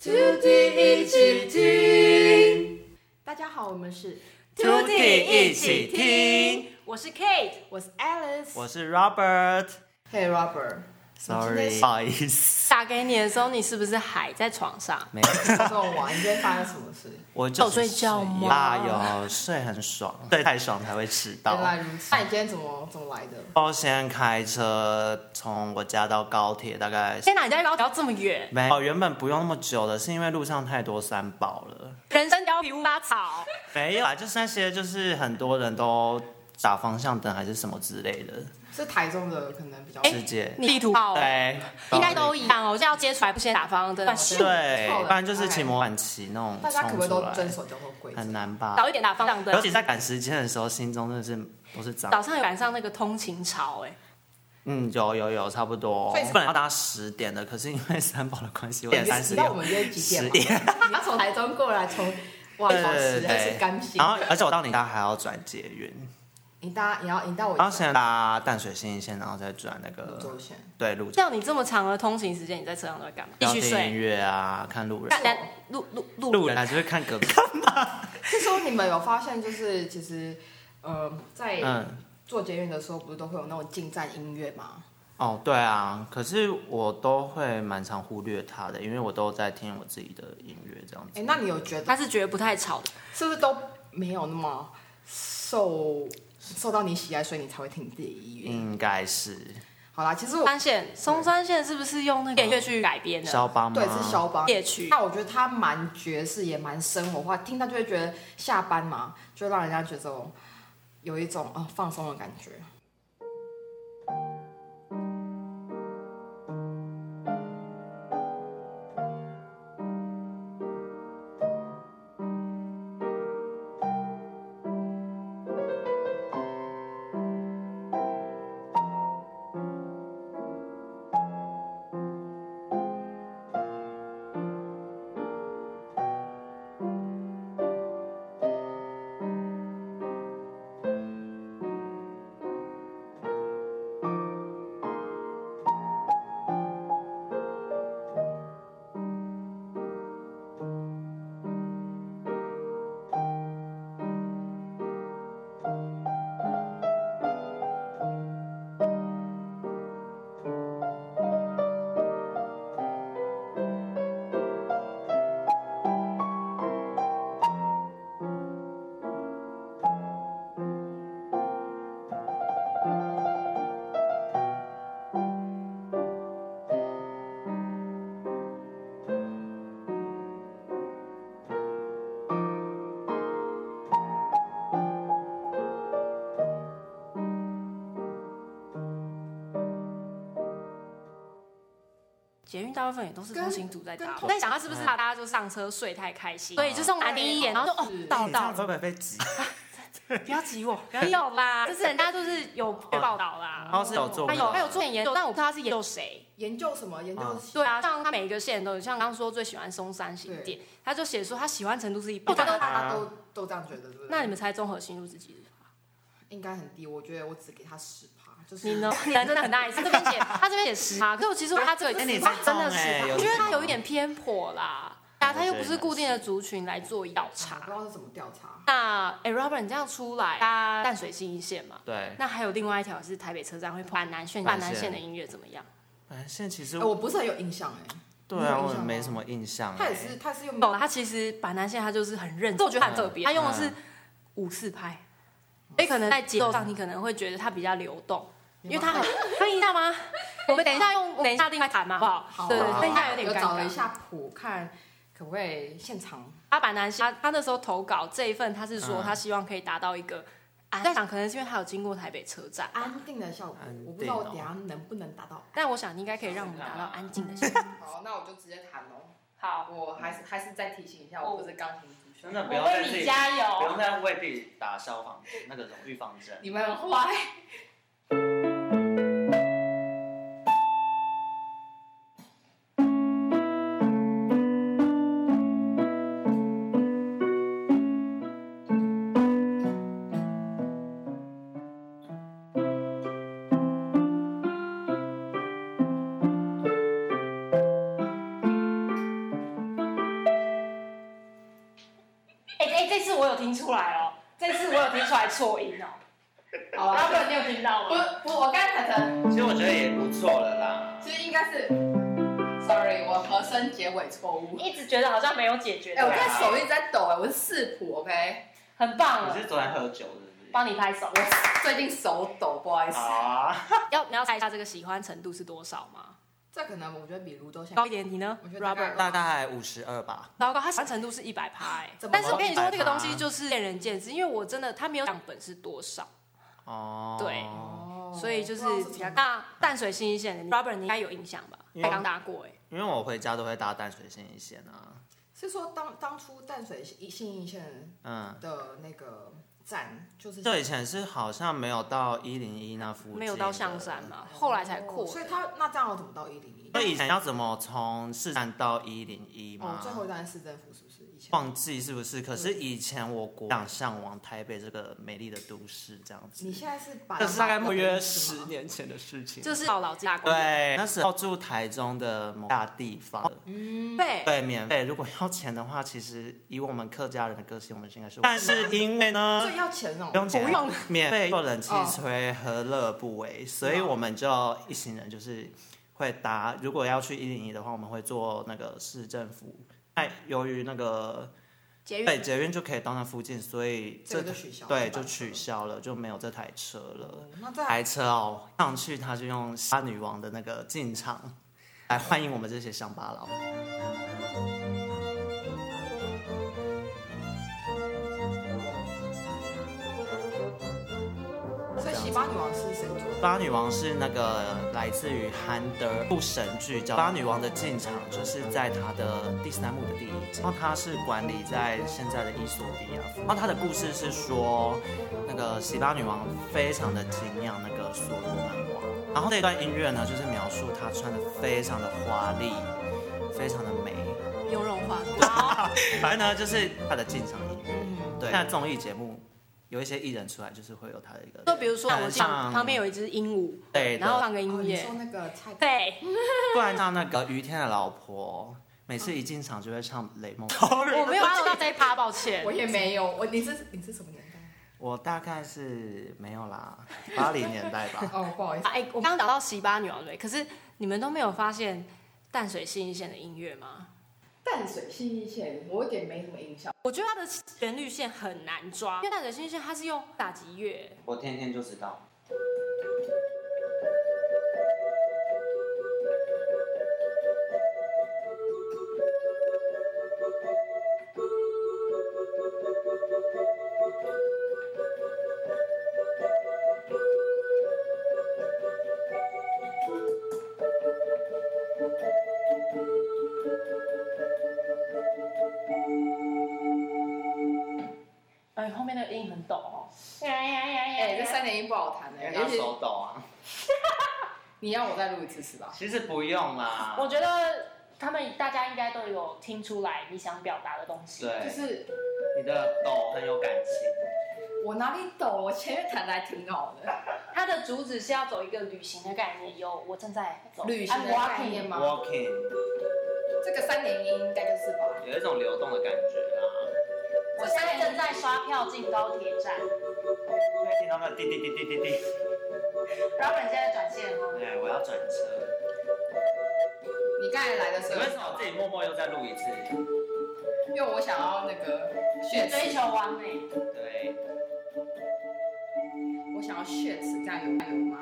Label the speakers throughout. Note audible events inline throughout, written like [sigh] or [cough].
Speaker 1: To D 一起听，
Speaker 2: 大家好，我们是
Speaker 1: To D 一起听，
Speaker 2: 我是 Kate，我是 Alice，
Speaker 1: 我是 Robert。
Speaker 2: Hey Robert，
Speaker 1: Sorry，不好 [laughs] 意思，
Speaker 2: 打给你的时候，你是不是还在床上？
Speaker 3: [laughs]
Speaker 1: 没有，
Speaker 3: 送我，你今天发生什么事？
Speaker 1: 我就
Speaker 2: 有睡觉吗
Speaker 1: 啊，有睡很爽，睡太爽才会迟
Speaker 3: 原来
Speaker 1: 到。
Speaker 3: 如此。那你今天怎么怎么来的？
Speaker 1: 我先开车从我家到高铁大概
Speaker 2: 天哪，你在高聊这么远，
Speaker 1: 没有，哦原本不用那么久的，是因为路上太多三宝了。
Speaker 2: 人生貂皮乌拉草，
Speaker 1: 没有啊，就是那些就是很多人都打方向灯还是什么之类的
Speaker 3: 是台中的，可能比较。
Speaker 1: 世界。
Speaker 2: 哎你地图炮哦，
Speaker 1: 对，
Speaker 2: 应该都一样哦，这要接出来不先打方向灯，
Speaker 1: 对
Speaker 3: 错，了
Speaker 1: 不然就是骑模板骑那种
Speaker 3: 哦大家可不可
Speaker 1: 冲
Speaker 3: 以都
Speaker 1: 出来
Speaker 3: 遵守交通规则？
Speaker 1: 很难吧？
Speaker 2: 早一点打方向
Speaker 1: 尤
Speaker 2: 灯。
Speaker 1: 其在赶时间的时候，心中真的是都是脏。
Speaker 2: 早上有赶上那个通勤潮，哎，
Speaker 1: 嗯，有有有，差不多。
Speaker 3: 所以是
Speaker 1: 本来要搭十点的，可是因为三宝的关系，我点三
Speaker 3: 你
Speaker 1: 十
Speaker 3: 知道我们约几点
Speaker 1: 十
Speaker 3: 吗？
Speaker 1: 点。
Speaker 3: 你要从台中过来，从哇，
Speaker 1: 对
Speaker 3: 好
Speaker 1: 对
Speaker 3: 吃
Speaker 1: 对
Speaker 3: 还是甘
Speaker 1: 对。
Speaker 3: 心
Speaker 1: 然？后，而且我到你家还要转捷运，
Speaker 3: 你搭，你要你搭我
Speaker 1: 然后先搭淡水新一线，然后再转那个
Speaker 3: 周线。
Speaker 1: 对路
Speaker 2: 像你这么长的通勤时间，你在车上都在干嘛？继
Speaker 1: 要
Speaker 2: 续
Speaker 1: 听音
Speaker 2: 睡，
Speaker 1: 乐啊，看路人
Speaker 2: 干，干路路路
Speaker 1: 路人啊，就是看隔壁。
Speaker 3: 是说你们有发现，就是其实呃，在
Speaker 1: 嗯，
Speaker 3: 做捷运的时候，不是都会有那种进站音乐吗？
Speaker 1: 哦，对啊，可是我都会蛮常忽略它的，因为我都在听我自己的音乐这样子。
Speaker 3: 哎，那你有觉得
Speaker 2: 他是觉得不太吵的，
Speaker 3: 是不是都没有那么受受到你喜爱，所以你才会听自己的音乐？
Speaker 1: 应该是
Speaker 3: 好啦，其实我
Speaker 2: 山线松山线是不是用那个电乐去改编的？
Speaker 1: 肖邦吗？
Speaker 3: 对是肖邦
Speaker 2: 夜曲
Speaker 3: 那我觉得他蛮爵士，也蛮生活化，听到就会觉得下班嘛，就让人家觉得有一种呃放松的感觉。
Speaker 2: 捷运大部分也都是通勤族在搭，
Speaker 3: 跟
Speaker 2: 我在想他是不是怕大家就上车睡太开心，所以就送拿第一眼，然
Speaker 3: 对
Speaker 2: 后就哦
Speaker 3: 是
Speaker 2: 到
Speaker 1: 你这
Speaker 2: 到
Speaker 1: 样子
Speaker 2: 了，
Speaker 1: 会不会被挤？
Speaker 2: [laughs] 不要挤我，没有啦， [laughs] 就是人家就是有报道啦，
Speaker 1: 然后是有做
Speaker 2: 他
Speaker 1: 那
Speaker 2: 有
Speaker 1: 个
Speaker 2: 他有做点研究，但我不知道他是研究谁。
Speaker 3: 研究什么？研究、
Speaker 1: 嗯
Speaker 2: 对啊，像他每一个线都有，像刚刚说最喜欢松山新店，他就写说他喜欢程度是一
Speaker 3: 我
Speaker 2: 百
Speaker 3: 觉
Speaker 2: 分
Speaker 3: 得。大家都、都这样觉得，对不对？
Speaker 2: 那你们猜综合新路是几分？
Speaker 3: 应该很低，我觉得我只给他十趴，就是
Speaker 2: 你 [laughs] 呢？你人真的很 nice，他这边写他这边写十趴，可是我其实他这个
Speaker 1: 哎你
Speaker 2: 真
Speaker 1: 在中
Speaker 2: 的
Speaker 1: 哎
Speaker 2: 是，
Speaker 1: 有
Speaker 2: 我觉得他有一点偏颇啦。啊，他又不是固定的族群来做药
Speaker 3: 我不
Speaker 2: 茶
Speaker 3: 知。道是怎么调查。
Speaker 2: 那哎、r o b e r t 你这样出来搭淡水新一线嘛？
Speaker 1: 对，
Speaker 2: 那还有另外一条是台北车站会板南线，板
Speaker 1: 板南
Speaker 2: 南线
Speaker 1: 线
Speaker 2: 的音乐怎么样？
Speaker 1: 反正哎现在其实
Speaker 2: 哎
Speaker 3: 呃我不是很有印象哎、
Speaker 1: 对啊，
Speaker 3: 你有印
Speaker 1: 我
Speaker 3: 象
Speaker 1: 也
Speaker 3: 吗
Speaker 1: 没什么印象欸。
Speaker 3: 他也是他也是用
Speaker 2: 懂了，哦他其实板南线他就是很认真，我觉得他很特别，他用
Speaker 1: 嗯
Speaker 2: 的是五四拍，所以可能在节奏上你可能会觉得它比较流动，因为它很，可以一下吗？我们等一下用，等一下另外谈嘛，好不好？啊
Speaker 3: 好，
Speaker 2: 对
Speaker 3: 好
Speaker 2: 对，
Speaker 3: 好
Speaker 2: 等一下有点
Speaker 3: 我
Speaker 2: 尴
Speaker 3: 找了一
Speaker 2: 尬。
Speaker 3: 下谱，看可不可以现场
Speaker 2: 他啊板南线，他他那时候投稿这一份，他是说
Speaker 1: 嗯
Speaker 2: 他希望可以达到一个，啊在想可能是因为他有经过台北车站，
Speaker 3: 安定的效果
Speaker 1: 安定哦。
Speaker 3: 我不知道我等一下能不能达到。
Speaker 2: 但我想你应该可以让我们达到安静的效果。
Speaker 3: 好，那我就直接谈喽。
Speaker 2: 好，
Speaker 3: 我还是还是再提醒一下，我不是钢琴主修，
Speaker 1: 真的不
Speaker 2: 我
Speaker 1: 要再
Speaker 2: 为
Speaker 1: 自
Speaker 2: 你
Speaker 1: 己，
Speaker 2: 加
Speaker 1: 不
Speaker 2: 油。
Speaker 1: 用再为自己打消防那个什么预防针。
Speaker 3: 你们很坏。
Speaker 1: 我
Speaker 2: 哎这次我有听出来哦，这次我有听出来错音哦。
Speaker 3: 好
Speaker 2: 阿
Speaker 3: 啊，
Speaker 2: 本，你有听到
Speaker 3: 不
Speaker 2: 吗？
Speaker 3: 不，我刚才的
Speaker 4: 其实我觉得也不错了啦。
Speaker 3: 其实应该是，sorry，我和声结尾
Speaker 2: [laughs]
Speaker 3: 错误。
Speaker 2: 一直觉得好像没有解决
Speaker 3: 哎、我
Speaker 2: 的，
Speaker 3: 现在手一直在抖哎、我是视谱，OK，
Speaker 2: 很棒
Speaker 4: 你
Speaker 2: 了，
Speaker 4: 是昨天喝酒是不是？
Speaker 2: 帮你拍手。
Speaker 3: 最近手抖，不好意思。
Speaker 4: 好啊，
Speaker 2: 要你要猜一下这个喜欢程度是多少吗？
Speaker 3: 这可能我觉得比卢都像，
Speaker 2: 高一点，你呢
Speaker 3: 我觉得大概
Speaker 2: ？Robert，
Speaker 1: 大概五十二吧。
Speaker 2: 糟糕，他喜欢程度是一百趴哎
Speaker 3: 怎。么
Speaker 2: 但是我跟你说，
Speaker 1: 100%
Speaker 2: 这个东西就是见仁见智，因为我真的他没有讲本是多少，
Speaker 1: 哦，
Speaker 2: 对
Speaker 3: 哦
Speaker 2: 所以就是
Speaker 3: 不知道
Speaker 2: 比
Speaker 3: 是
Speaker 2: 较
Speaker 3: 从
Speaker 2: 那淡水新一线的 Robert，你应该有印象吧？
Speaker 1: 嗯
Speaker 2: 才刚搭过哎。
Speaker 1: 因为我回家都会搭淡水线一线啊。
Speaker 3: 是说当当初淡水一信义线
Speaker 1: 嗯，
Speaker 3: 的那个站就是
Speaker 1: 就以前是好像没有到一零一那附近，
Speaker 2: 没有到象山。嘛，后来才扩
Speaker 3: 哦
Speaker 2: 的。
Speaker 3: 所以他那这样要怎么到一零一？
Speaker 1: 就以前要怎么从市站到一零一
Speaker 3: 哦
Speaker 1: 嘛，？
Speaker 3: 最后一站是市政府是不是？以前
Speaker 1: 忘记是不是？可是以前我国想向往台北这个美丽的都市，这样子
Speaker 3: 你。现在是把
Speaker 1: 这是大概约
Speaker 3: 是
Speaker 1: 十
Speaker 3: 吗
Speaker 1: 年前的事情。
Speaker 2: 这是到老家公园
Speaker 1: 对，那时候住台中的某大地方，
Speaker 2: 对，
Speaker 1: 对，免费。如果要钱的话，其实以我们客家人的个性，我们应该是，但是因为呢
Speaker 3: 所，以要钱哦，
Speaker 1: 不用钱，
Speaker 3: 不用哦
Speaker 1: 免费做冷气吹，何乐不为？所以我们就一行人就是会搭，如果要去一零一的话，我们会坐那个市政府。但由于那个
Speaker 2: 捷运
Speaker 1: 对捷运就可以到那附近，所以
Speaker 3: 这个就取消，嗯
Speaker 1: 对就取。消了，就没有这台车了。
Speaker 3: 哦那这样
Speaker 1: 台车哦，上去他就用杀女王的那个进场来欢迎我们这些乡巴佬。
Speaker 3: 所以洗发女王是谁做的？
Speaker 1: 巴女王是那个来自于韩德部神剧叫《巴女王的进场》，就是在她的第三幕的第一集。然后她是管理在现在的伊索比亚。然后她的故事是说，那个喜巴女王非常的敬仰那个所罗门王。然后这段音乐呢，就是描述她穿的非常的华丽，非常的美。
Speaker 2: 雍容华贵。
Speaker 1: 反正呢，就是她的进场音乐。
Speaker 3: 嗯，
Speaker 1: 对，那综艺节目有一些艺人出来，就是会有她的一个，
Speaker 2: 就比如说，我
Speaker 1: 像
Speaker 2: 像旁边有一只鹦鹉，
Speaker 1: 对的
Speaker 2: 然后放个
Speaker 3: 哦
Speaker 2: 音
Speaker 3: 你
Speaker 2: 乐
Speaker 3: 说，那个蔡
Speaker 2: 对，
Speaker 1: 不然像那个于天的老婆，每次一进场就会唱《雷梦》。Sorry，
Speaker 2: 我没有听到这一趴，抱歉
Speaker 3: 我。也没有，我你是你是什么年代？
Speaker 1: 我大概是没有啦，八零年代吧。
Speaker 3: 哦，不好意思，
Speaker 2: 哎，我刚刚讲到洗巴女王对，可是你们都没有发现淡水新一线的音乐吗？
Speaker 3: 淡水信义线，我有点没什么印象。
Speaker 2: 我觉得它的旋律线很难抓，因为淡水新一线它是用打击乐，
Speaker 4: 我天天就知道。
Speaker 2: 哎，后面那个音很抖哦。
Speaker 3: 哎，
Speaker 2: 哎
Speaker 3: 这三连音不好弹
Speaker 4: 因
Speaker 3: 哎，
Speaker 4: 为
Speaker 3: 尤
Speaker 4: 他
Speaker 3: 其
Speaker 4: 手抖啊。
Speaker 3: 你让我再录一次是吧？
Speaker 4: 其实不用啦。
Speaker 2: 哎我觉得他们大家应该都有听出来你想表达的东西。
Speaker 4: 对，
Speaker 3: 就是
Speaker 4: 你的抖很有感情。
Speaker 3: 我哪里抖？我前面弹的还挺好的，啊
Speaker 2: 它的主旨是要走一个旅行的概念，有我正在走
Speaker 3: 旅行的
Speaker 2: I'm walking
Speaker 3: 概念吗？
Speaker 4: Walking
Speaker 3: 这个三连音应该就是吧？
Speaker 4: 有一种流动的感觉啊啦。
Speaker 2: 我现在正在刷票进高铁站，
Speaker 4: 可以听到那滴滴滴滴滴滴。
Speaker 2: 然后你现在转线哦。
Speaker 4: 哎，我要转车。
Speaker 3: 你刚才来的
Speaker 4: 你
Speaker 3: 时
Speaker 4: 为什
Speaker 3: 候，
Speaker 4: 么自己默默又再录一次？
Speaker 3: 因为我想要那个血
Speaker 2: 追
Speaker 3: 池，
Speaker 2: 求完美，
Speaker 4: 对，
Speaker 3: 我想要血池，这样有有吗？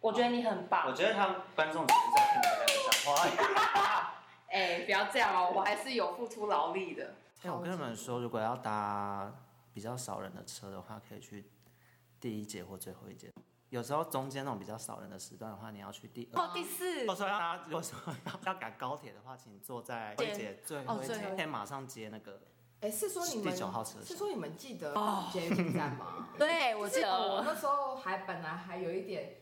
Speaker 2: 我觉得你很
Speaker 4: 我
Speaker 2: 棒。
Speaker 4: 觉得他们观众只是在听我们两个讲话。
Speaker 3: 哎，不要这样哦，我还是有付出劳力的。
Speaker 1: 哎，我跟你们说，如果要搭比较少人的车的话，可以去第一节或最后一节。有时候中间那种比较少人的时段的话，你要去第二。
Speaker 2: 哦，第四
Speaker 1: 如，果说要搭，如果说要赶高铁的话，请坐在
Speaker 2: 对
Speaker 1: 一节哦最后一
Speaker 2: 最后
Speaker 1: 节
Speaker 2: 一，
Speaker 1: 可以马上接那个。
Speaker 3: 哎，是说你们
Speaker 1: 第九号车厢
Speaker 3: 是说你们记得捷运站吗？ [laughs]
Speaker 2: 对我
Speaker 3: 哦我
Speaker 2: 记
Speaker 3: 我
Speaker 2: 得，
Speaker 3: 那时候还本来还有一点，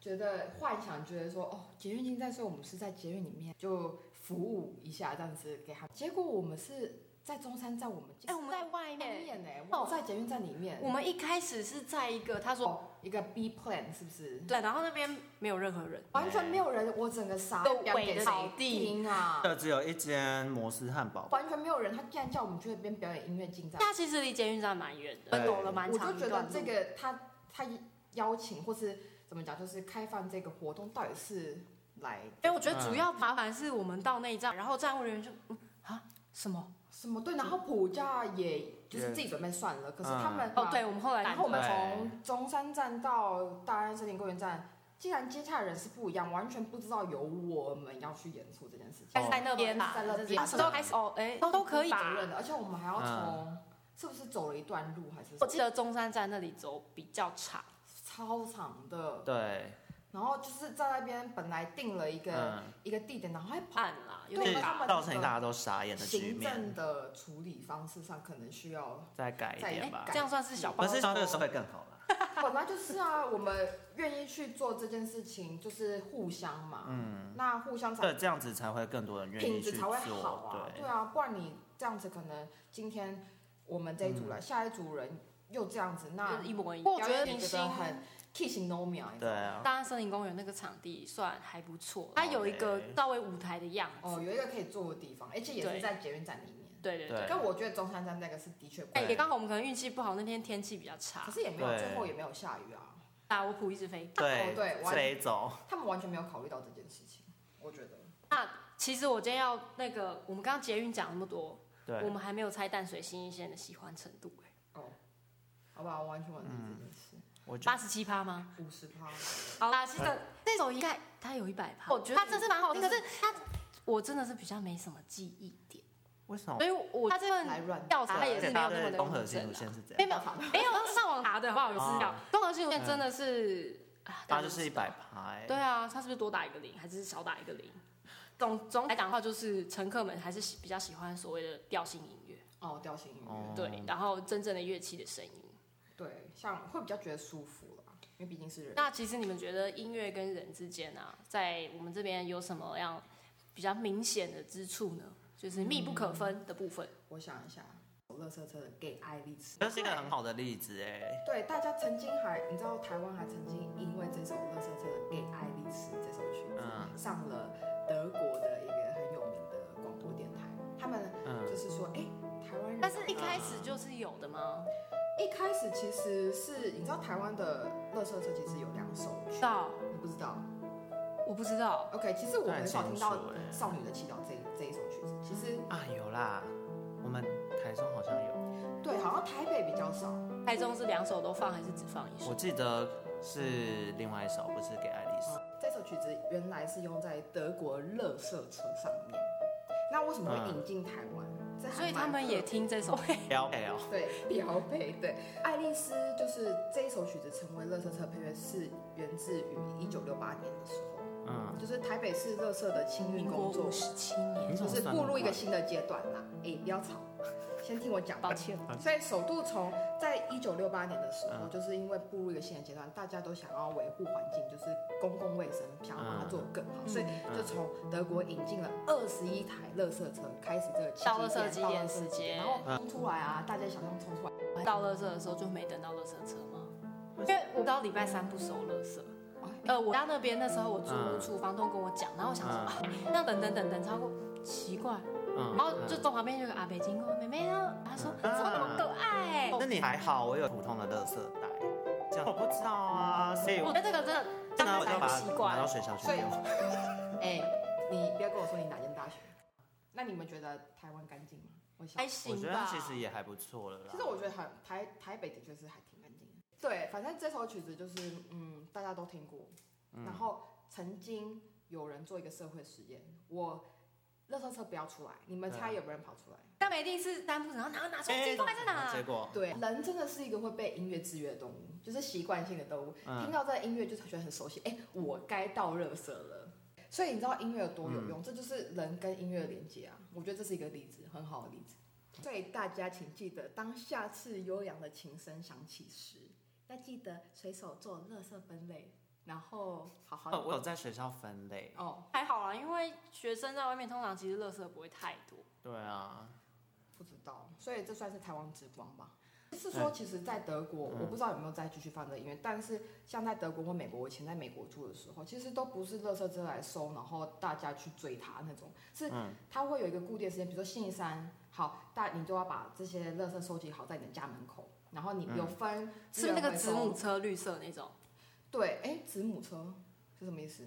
Speaker 3: 觉得幻想，觉得说哦，捷运进站，所以我们是在捷运里面就服务一下这样子给他们。结果我们是在中山站，我们
Speaker 2: 哎、我们在外
Speaker 3: 外
Speaker 2: 面，
Speaker 3: 面哦呢、
Speaker 2: 哦
Speaker 3: 我们在捷运站里面，
Speaker 2: 我们一开始是在一个他说
Speaker 3: 哦一个 B plan 是不是？
Speaker 2: 对，然后那边没有任何人，
Speaker 3: 完全没有人，我整个傻
Speaker 2: 都
Speaker 3: 眼
Speaker 2: 围
Speaker 3: 给
Speaker 2: 着
Speaker 3: 谁
Speaker 2: 你
Speaker 3: 听啊？
Speaker 1: 这只有一间摩斯汉堡，
Speaker 3: 完全没有人，他竟然叫我们去那边表演音乐进站，
Speaker 2: 那其实离监狱站蛮远的，
Speaker 1: 对
Speaker 2: 走了蛮
Speaker 3: 我
Speaker 2: 长
Speaker 3: 就
Speaker 2: 一
Speaker 3: 觉
Speaker 2: 段
Speaker 3: 得
Speaker 2: 路
Speaker 3: 这个他他邀请或是怎么讲，就是开放这个活动到底是来
Speaker 2: 因为我觉得主要麻烦是我们到那一站，然后站务人员就嗯啊什么
Speaker 3: 什么对，然后普价也就是自己准备算了，可是他们
Speaker 2: 哦，对，我们后来
Speaker 3: 然后我们
Speaker 1: 对
Speaker 3: 从中山站到大安森林公园站，竟然接洽的人是不一样，完全不知道有我们要去演出这件事情，
Speaker 2: 开哦始在那边吧，
Speaker 3: 在那边
Speaker 2: 啊什么时候开始哦，哎都都可以
Speaker 3: 责
Speaker 2: 吧。嗯
Speaker 3: 任的，而且我们还要从是不是走了一段路还是什
Speaker 2: 我
Speaker 3: 么
Speaker 2: 记得中山站那里走比较长，
Speaker 3: 超长的，
Speaker 1: 对，
Speaker 3: 然后就是在那边本来定了一个
Speaker 1: 嗯，
Speaker 3: 一个地点，然后还跑
Speaker 2: 暗啦，有
Speaker 1: 是
Speaker 2: 点
Speaker 3: 对
Speaker 2: 大。
Speaker 1: 造成大家都傻眼的局
Speaker 3: 行政
Speaker 1: 面，
Speaker 3: 的处理方式上可能需要
Speaker 1: 再改一点吧
Speaker 2: 哎这。样算是小包
Speaker 1: 可是像这个社会更好了，
Speaker 3: 本来就是啊，我们愿意去做这件事情，就是互相嘛。嗯，那互相
Speaker 1: 对，
Speaker 3: 才
Speaker 1: 这样子才会更多人愿
Speaker 3: 品
Speaker 1: 意
Speaker 3: 质
Speaker 1: 去
Speaker 3: 才
Speaker 1: 做
Speaker 3: 会好啊。，对
Speaker 1: 对，
Speaker 3: 啊，不然你这样子，可能今天我们这一
Speaker 1: 嗯
Speaker 3: 组来，下一组人又这样子，那
Speaker 2: 就是一模一样。
Speaker 3: 我
Speaker 2: 我觉得明
Speaker 3: 你觉
Speaker 2: 星
Speaker 3: 得很 kissing no 秒，你知
Speaker 1: 对
Speaker 3: 道
Speaker 1: 啊，
Speaker 3: 吗
Speaker 2: 大安森林公园那个场地算还不错，它有一个
Speaker 1: OK
Speaker 2: 稍微舞台的样子。
Speaker 3: 哦，有一个可以坐的地方，而且也
Speaker 2: 对
Speaker 3: 是在捷运站里面。
Speaker 2: 对对对
Speaker 1: 对。
Speaker 3: 但我觉得中山站那个是的确贵，
Speaker 2: 哎，也刚好我们可能运气不好，那天天气比较差
Speaker 3: 可，是也没有
Speaker 1: 对
Speaker 3: 最后也没有下雨啊。
Speaker 2: 打我普一直飞。
Speaker 1: 对
Speaker 3: 对完
Speaker 1: 飞走，
Speaker 3: 他们完全没有考虑到这件事情，我觉得。
Speaker 2: 那其实我今天要那个，我们刚刚捷运讲那么多，我
Speaker 1: 对，
Speaker 2: 们还没有猜淡水新一线的喜欢程度，
Speaker 3: 哦，好吧，我完全忘记这件事。
Speaker 1: 我觉
Speaker 2: 八
Speaker 1: 得
Speaker 2: 十七趴吗？
Speaker 1: 嗯
Speaker 3: 五十趴，
Speaker 2: 好啦，其实这首应该它有一百趴，
Speaker 3: 我觉得
Speaker 2: 它真是蛮好听，可是它我真的是比较没什么记忆点，
Speaker 1: 为什么
Speaker 2: 所？以我它这
Speaker 3: 来
Speaker 2: 份
Speaker 3: 乱
Speaker 2: 调查啊也是没有
Speaker 1: 大家
Speaker 2: 那么
Speaker 1: 对
Speaker 2: 的啊
Speaker 1: 综合
Speaker 2: 完
Speaker 1: 性
Speaker 2: 整
Speaker 1: 路
Speaker 2: 啦
Speaker 1: 线是这
Speaker 2: 没
Speaker 1: 样，
Speaker 2: 有没有没有上网查的好不好？有资料
Speaker 1: 哦，
Speaker 2: 综合性路线真的是啊
Speaker 1: 它就是一。
Speaker 2: 大
Speaker 1: 百
Speaker 2: 家都知道
Speaker 1: 排，
Speaker 2: 对啊，它是不是多打一个零，还是少打一个零？总总来讲的话，就是乘客们还是喜比较喜欢所谓的调性音乐，
Speaker 3: 哦，调性音乐，
Speaker 1: 哦
Speaker 2: 对，然后真正的乐器的声音。
Speaker 3: 对，像会比较觉得舒服啦，因为毕竟是人。
Speaker 2: 那其实你们觉得音乐跟人之间啊，在我们这边有什么样比较明显的之处呢？就是密不可分的部分。
Speaker 3: 我想一下，乐色车的 gay 爱丽丝，
Speaker 1: 这是一个很好的例子哎，
Speaker 3: 对大家曾经还，你知道台湾还曾经因为这首乐色车的 gay 爱丽丝这首曲子、
Speaker 1: 嗯
Speaker 3: 上了德国的一个很有名的广播电台，他们
Speaker 1: 嗯
Speaker 3: 就是说，哎、台湾人，
Speaker 2: 但是一开始就是有的吗？
Speaker 3: 一开始其实是你知道台湾的乐色车其实有两首
Speaker 2: 不
Speaker 3: 曲
Speaker 2: 知，
Speaker 1: 嗯
Speaker 2: 道，
Speaker 3: 你不知道？
Speaker 2: 我不知道。
Speaker 3: OK，其实我很少听到
Speaker 1: 不太清楚欸
Speaker 3: 《少女的祈祷》这这一首曲子，其实
Speaker 1: 啊有啦，我们台中好像有，
Speaker 3: 对，好像台北比较少。
Speaker 2: 台中是两首都放还是只放一
Speaker 1: 我
Speaker 2: 首？
Speaker 1: 记得是另外一首，不是给爱丽
Speaker 2: 哦
Speaker 1: 丝，
Speaker 3: 这首曲子原来是用在德国乐色车上面，那为什么会引进台湾？这还蛮
Speaker 2: 所以他们也听这首。
Speaker 1: 标配哦，
Speaker 3: 对 [laughs] 标配对。爱丽丝就是这一首曲子成为乐色车配乐，是源自于一九六八年的时候，
Speaker 1: 嗯，
Speaker 3: 就是台北市乐色的清运
Speaker 2: 民国
Speaker 3: 工作
Speaker 2: 五，十七年
Speaker 1: 你，
Speaker 3: 就是步入一个新的阶段啦。哎，不要吵，先听我讲
Speaker 2: 抱
Speaker 3: 完。
Speaker 2: 歉。
Speaker 3: 所以首度从在一九六八年的时候，
Speaker 1: 嗯
Speaker 3: 就是因为步入一个新的阶段，大家都想要维护环境，就是公共卫生，想要把它做得更好，所以就从德国引进了二十一台垃圾车，开始这个
Speaker 2: 倒垃圾
Speaker 3: 机
Speaker 2: 机点时
Speaker 3: 时
Speaker 2: 间
Speaker 3: 间，然后冲出来啊，大街小巷冲出来，
Speaker 2: 到垃圾的时候就没等到垃圾车吗？因为我到礼拜三不收垃圾。呃，我家那边那时候我住屋处，房东跟我讲，然后我想说，
Speaker 1: 嗯
Speaker 2: 啊，那等等等等超过，奇怪，
Speaker 1: 嗯，
Speaker 2: 然后哦就从旁边有个阿北经过，妹妹啊，她说怎么那么可爱？
Speaker 1: 那你还好，我有普通的垃圾袋，这样我不知道啊，所以
Speaker 2: 我
Speaker 1: 我
Speaker 2: 哦觉得这个真的真
Speaker 1: 真的
Speaker 2: 的
Speaker 1: 我就
Speaker 2: 才
Speaker 1: 把
Speaker 2: 不
Speaker 1: 它
Speaker 2: 习
Speaker 1: 拿到
Speaker 2: 惯。
Speaker 1: 学校去
Speaker 3: 所以
Speaker 1: 用。
Speaker 3: 哎、你不要跟我说你哪间大学，那你们觉得台湾干净吗？我想
Speaker 2: 还，
Speaker 1: 我
Speaker 2: 行
Speaker 1: 觉得
Speaker 2: 吧，
Speaker 1: 其实也还不错了啦。
Speaker 3: 其实我觉得台台台北的确是还挺干净的。对，反正这首曲子就是嗯，大家都听过。然后曾经有人做一个社会实验，我垃圾车不要出来，你们猜有没有人跑出来？
Speaker 2: 但没一定是单步，然后拿拿出来，这放在哪？
Speaker 1: 哎结果
Speaker 3: 对，人真的是一个会被音乐制约的动物，就是习惯性的动物。
Speaker 1: 嗯
Speaker 3: 听到这个音乐就觉得很熟悉，哎，我该到垃圾了。所以你知道音乐有多有用，这就是人跟音乐的连接啊！我觉得这是一个例子，很好的例子。所以大家请记得，当下次悠扬的琴声响起时，要记得随手做垃圾分类，然后好好
Speaker 1: 哦，我有在学校分类。
Speaker 3: 哦，
Speaker 2: 还好啦，因为学生在外面通常其实垃圾不会太多。
Speaker 1: 对啊，
Speaker 3: 不知道，所以这算是台湾之光吧。是说，其实，在德国，我不知道有没有再继续放这个音乐，但是像在德国或美国，我以前在美国住的时候，其实都不是垃圾车来收，然后大家去追它那种，是
Speaker 1: 嗯
Speaker 3: 它会有一个固定的时间，比如说星期三，好，大你就要把这些垃圾收集好在你的家门口，然后你有分
Speaker 2: 是不是那啊个
Speaker 3: 资
Speaker 2: 子
Speaker 3: 源回收
Speaker 2: 母车绿色那种？
Speaker 3: 对，哎，子母车是什么意思？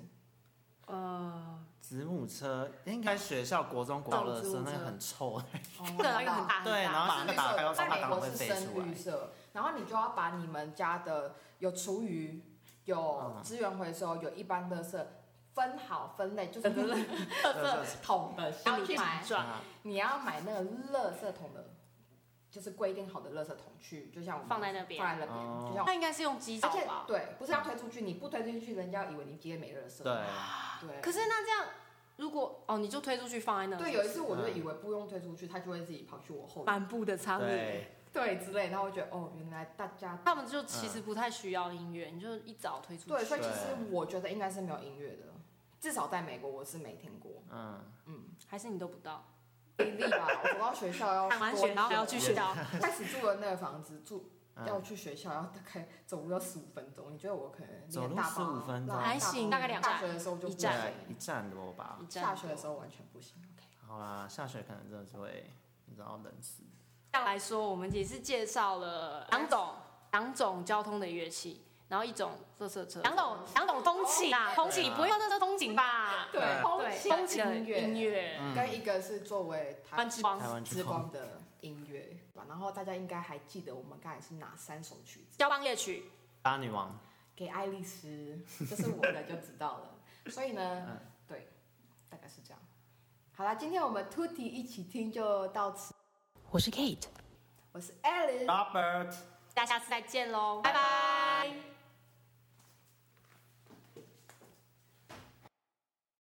Speaker 2: 呃，
Speaker 1: 子母车应该学校国中国二的时候那个很臭，
Speaker 3: 哦
Speaker 2: [laughs] 对，然后一个很大很大，
Speaker 1: 对，然后把
Speaker 3: 是
Speaker 1: 那个
Speaker 3: 绿
Speaker 1: 打
Speaker 3: 色
Speaker 1: 开，
Speaker 3: 的，
Speaker 1: 后
Speaker 3: 在
Speaker 1: 它
Speaker 3: 美
Speaker 1: 当
Speaker 3: 国
Speaker 1: 会
Speaker 3: 啊是
Speaker 1: 飞出
Speaker 3: 深绿
Speaker 1: 来。
Speaker 3: 色，然后你就要把你们家的有厨余、有
Speaker 1: 嗯
Speaker 3: 资源回收、有一般垃圾分好分类，就是
Speaker 1: [laughs]
Speaker 3: 垃
Speaker 1: 垃
Speaker 3: 圾桶的，然后去买，
Speaker 1: 啊
Speaker 3: 你要买那个垃圾桶的，就是规定好的垃圾桶去，就像我们
Speaker 2: 放在那边
Speaker 3: 放在那
Speaker 1: [laughs] 哦
Speaker 3: 边，就像我。
Speaker 2: 那应该是用机
Speaker 3: 而
Speaker 2: 找
Speaker 3: 且
Speaker 2: 吧？
Speaker 3: 对，不是要推出去，你不推出去，人家以为你今天没垃圾。
Speaker 1: 对，
Speaker 3: 对，
Speaker 2: 可是那这样，如果哦，你就推出去放在那，
Speaker 3: 对，有一次我就以
Speaker 1: 嗯
Speaker 3: 为不用推出去，他就会自己跑去我后面，
Speaker 2: 满布的苍蝇，
Speaker 1: 对，
Speaker 3: 对之类，然后我觉得哦，原来大家
Speaker 2: 他们就其实不太需要音乐，你就一早推出
Speaker 3: 对，
Speaker 2: 去。
Speaker 3: 所以其实我觉得应该是没有音乐的，至少在美国我是没听过。
Speaker 1: 嗯，
Speaker 3: 嗯，
Speaker 2: 还是你都不到，
Speaker 3: 比例吧，我到学校要
Speaker 2: 上完
Speaker 3: 多
Speaker 2: 学然后还要
Speaker 3: 久
Speaker 2: 去学校，
Speaker 3: 开始住的那个房子住。
Speaker 1: 嗯
Speaker 3: 要去学校，要大概走路要十五分钟。你觉得我可能
Speaker 1: 走路
Speaker 3: 连大巴
Speaker 1: 15分钟
Speaker 3: 拉
Speaker 2: 还行
Speaker 3: 大
Speaker 2: 大概两
Speaker 3: 大
Speaker 2: 站
Speaker 3: 学的时候就
Speaker 2: 一
Speaker 3: 不
Speaker 2: 站
Speaker 3: 行
Speaker 1: 对，一站多吧
Speaker 2: 一。站
Speaker 3: 下学的时候完全不行。OK，
Speaker 1: 好啦，下雪可能真的是会，你知道冷死。
Speaker 2: 这样来说，我们也是介绍了两种两种交通的乐器，然后一种垃圾车，两种两种风景啊，风景不会用垃圾风景吧？
Speaker 1: 对
Speaker 3: 风
Speaker 2: 对，风景的
Speaker 3: 音乐，
Speaker 2: 音乐，
Speaker 1: 嗯，
Speaker 3: 跟一个是作为台
Speaker 2: 湾之光
Speaker 1: 台湾之
Speaker 3: 之
Speaker 1: 光
Speaker 3: 光的音乐吧。然后大家应该还记得我们刚才是哪三首曲子？
Speaker 2: 交棒夜曲，
Speaker 1: 巴女王，
Speaker 3: 给爱丽丝，这是我的就知道了。所以呢，
Speaker 1: 嗯
Speaker 3: 对，大概是这样。好啦，今天我们 Tutti 一起听就到此。
Speaker 5: 我是 Kate。
Speaker 3: 我是 Alice。
Speaker 1: Robert。
Speaker 2: 大家下次再见喽，拜拜。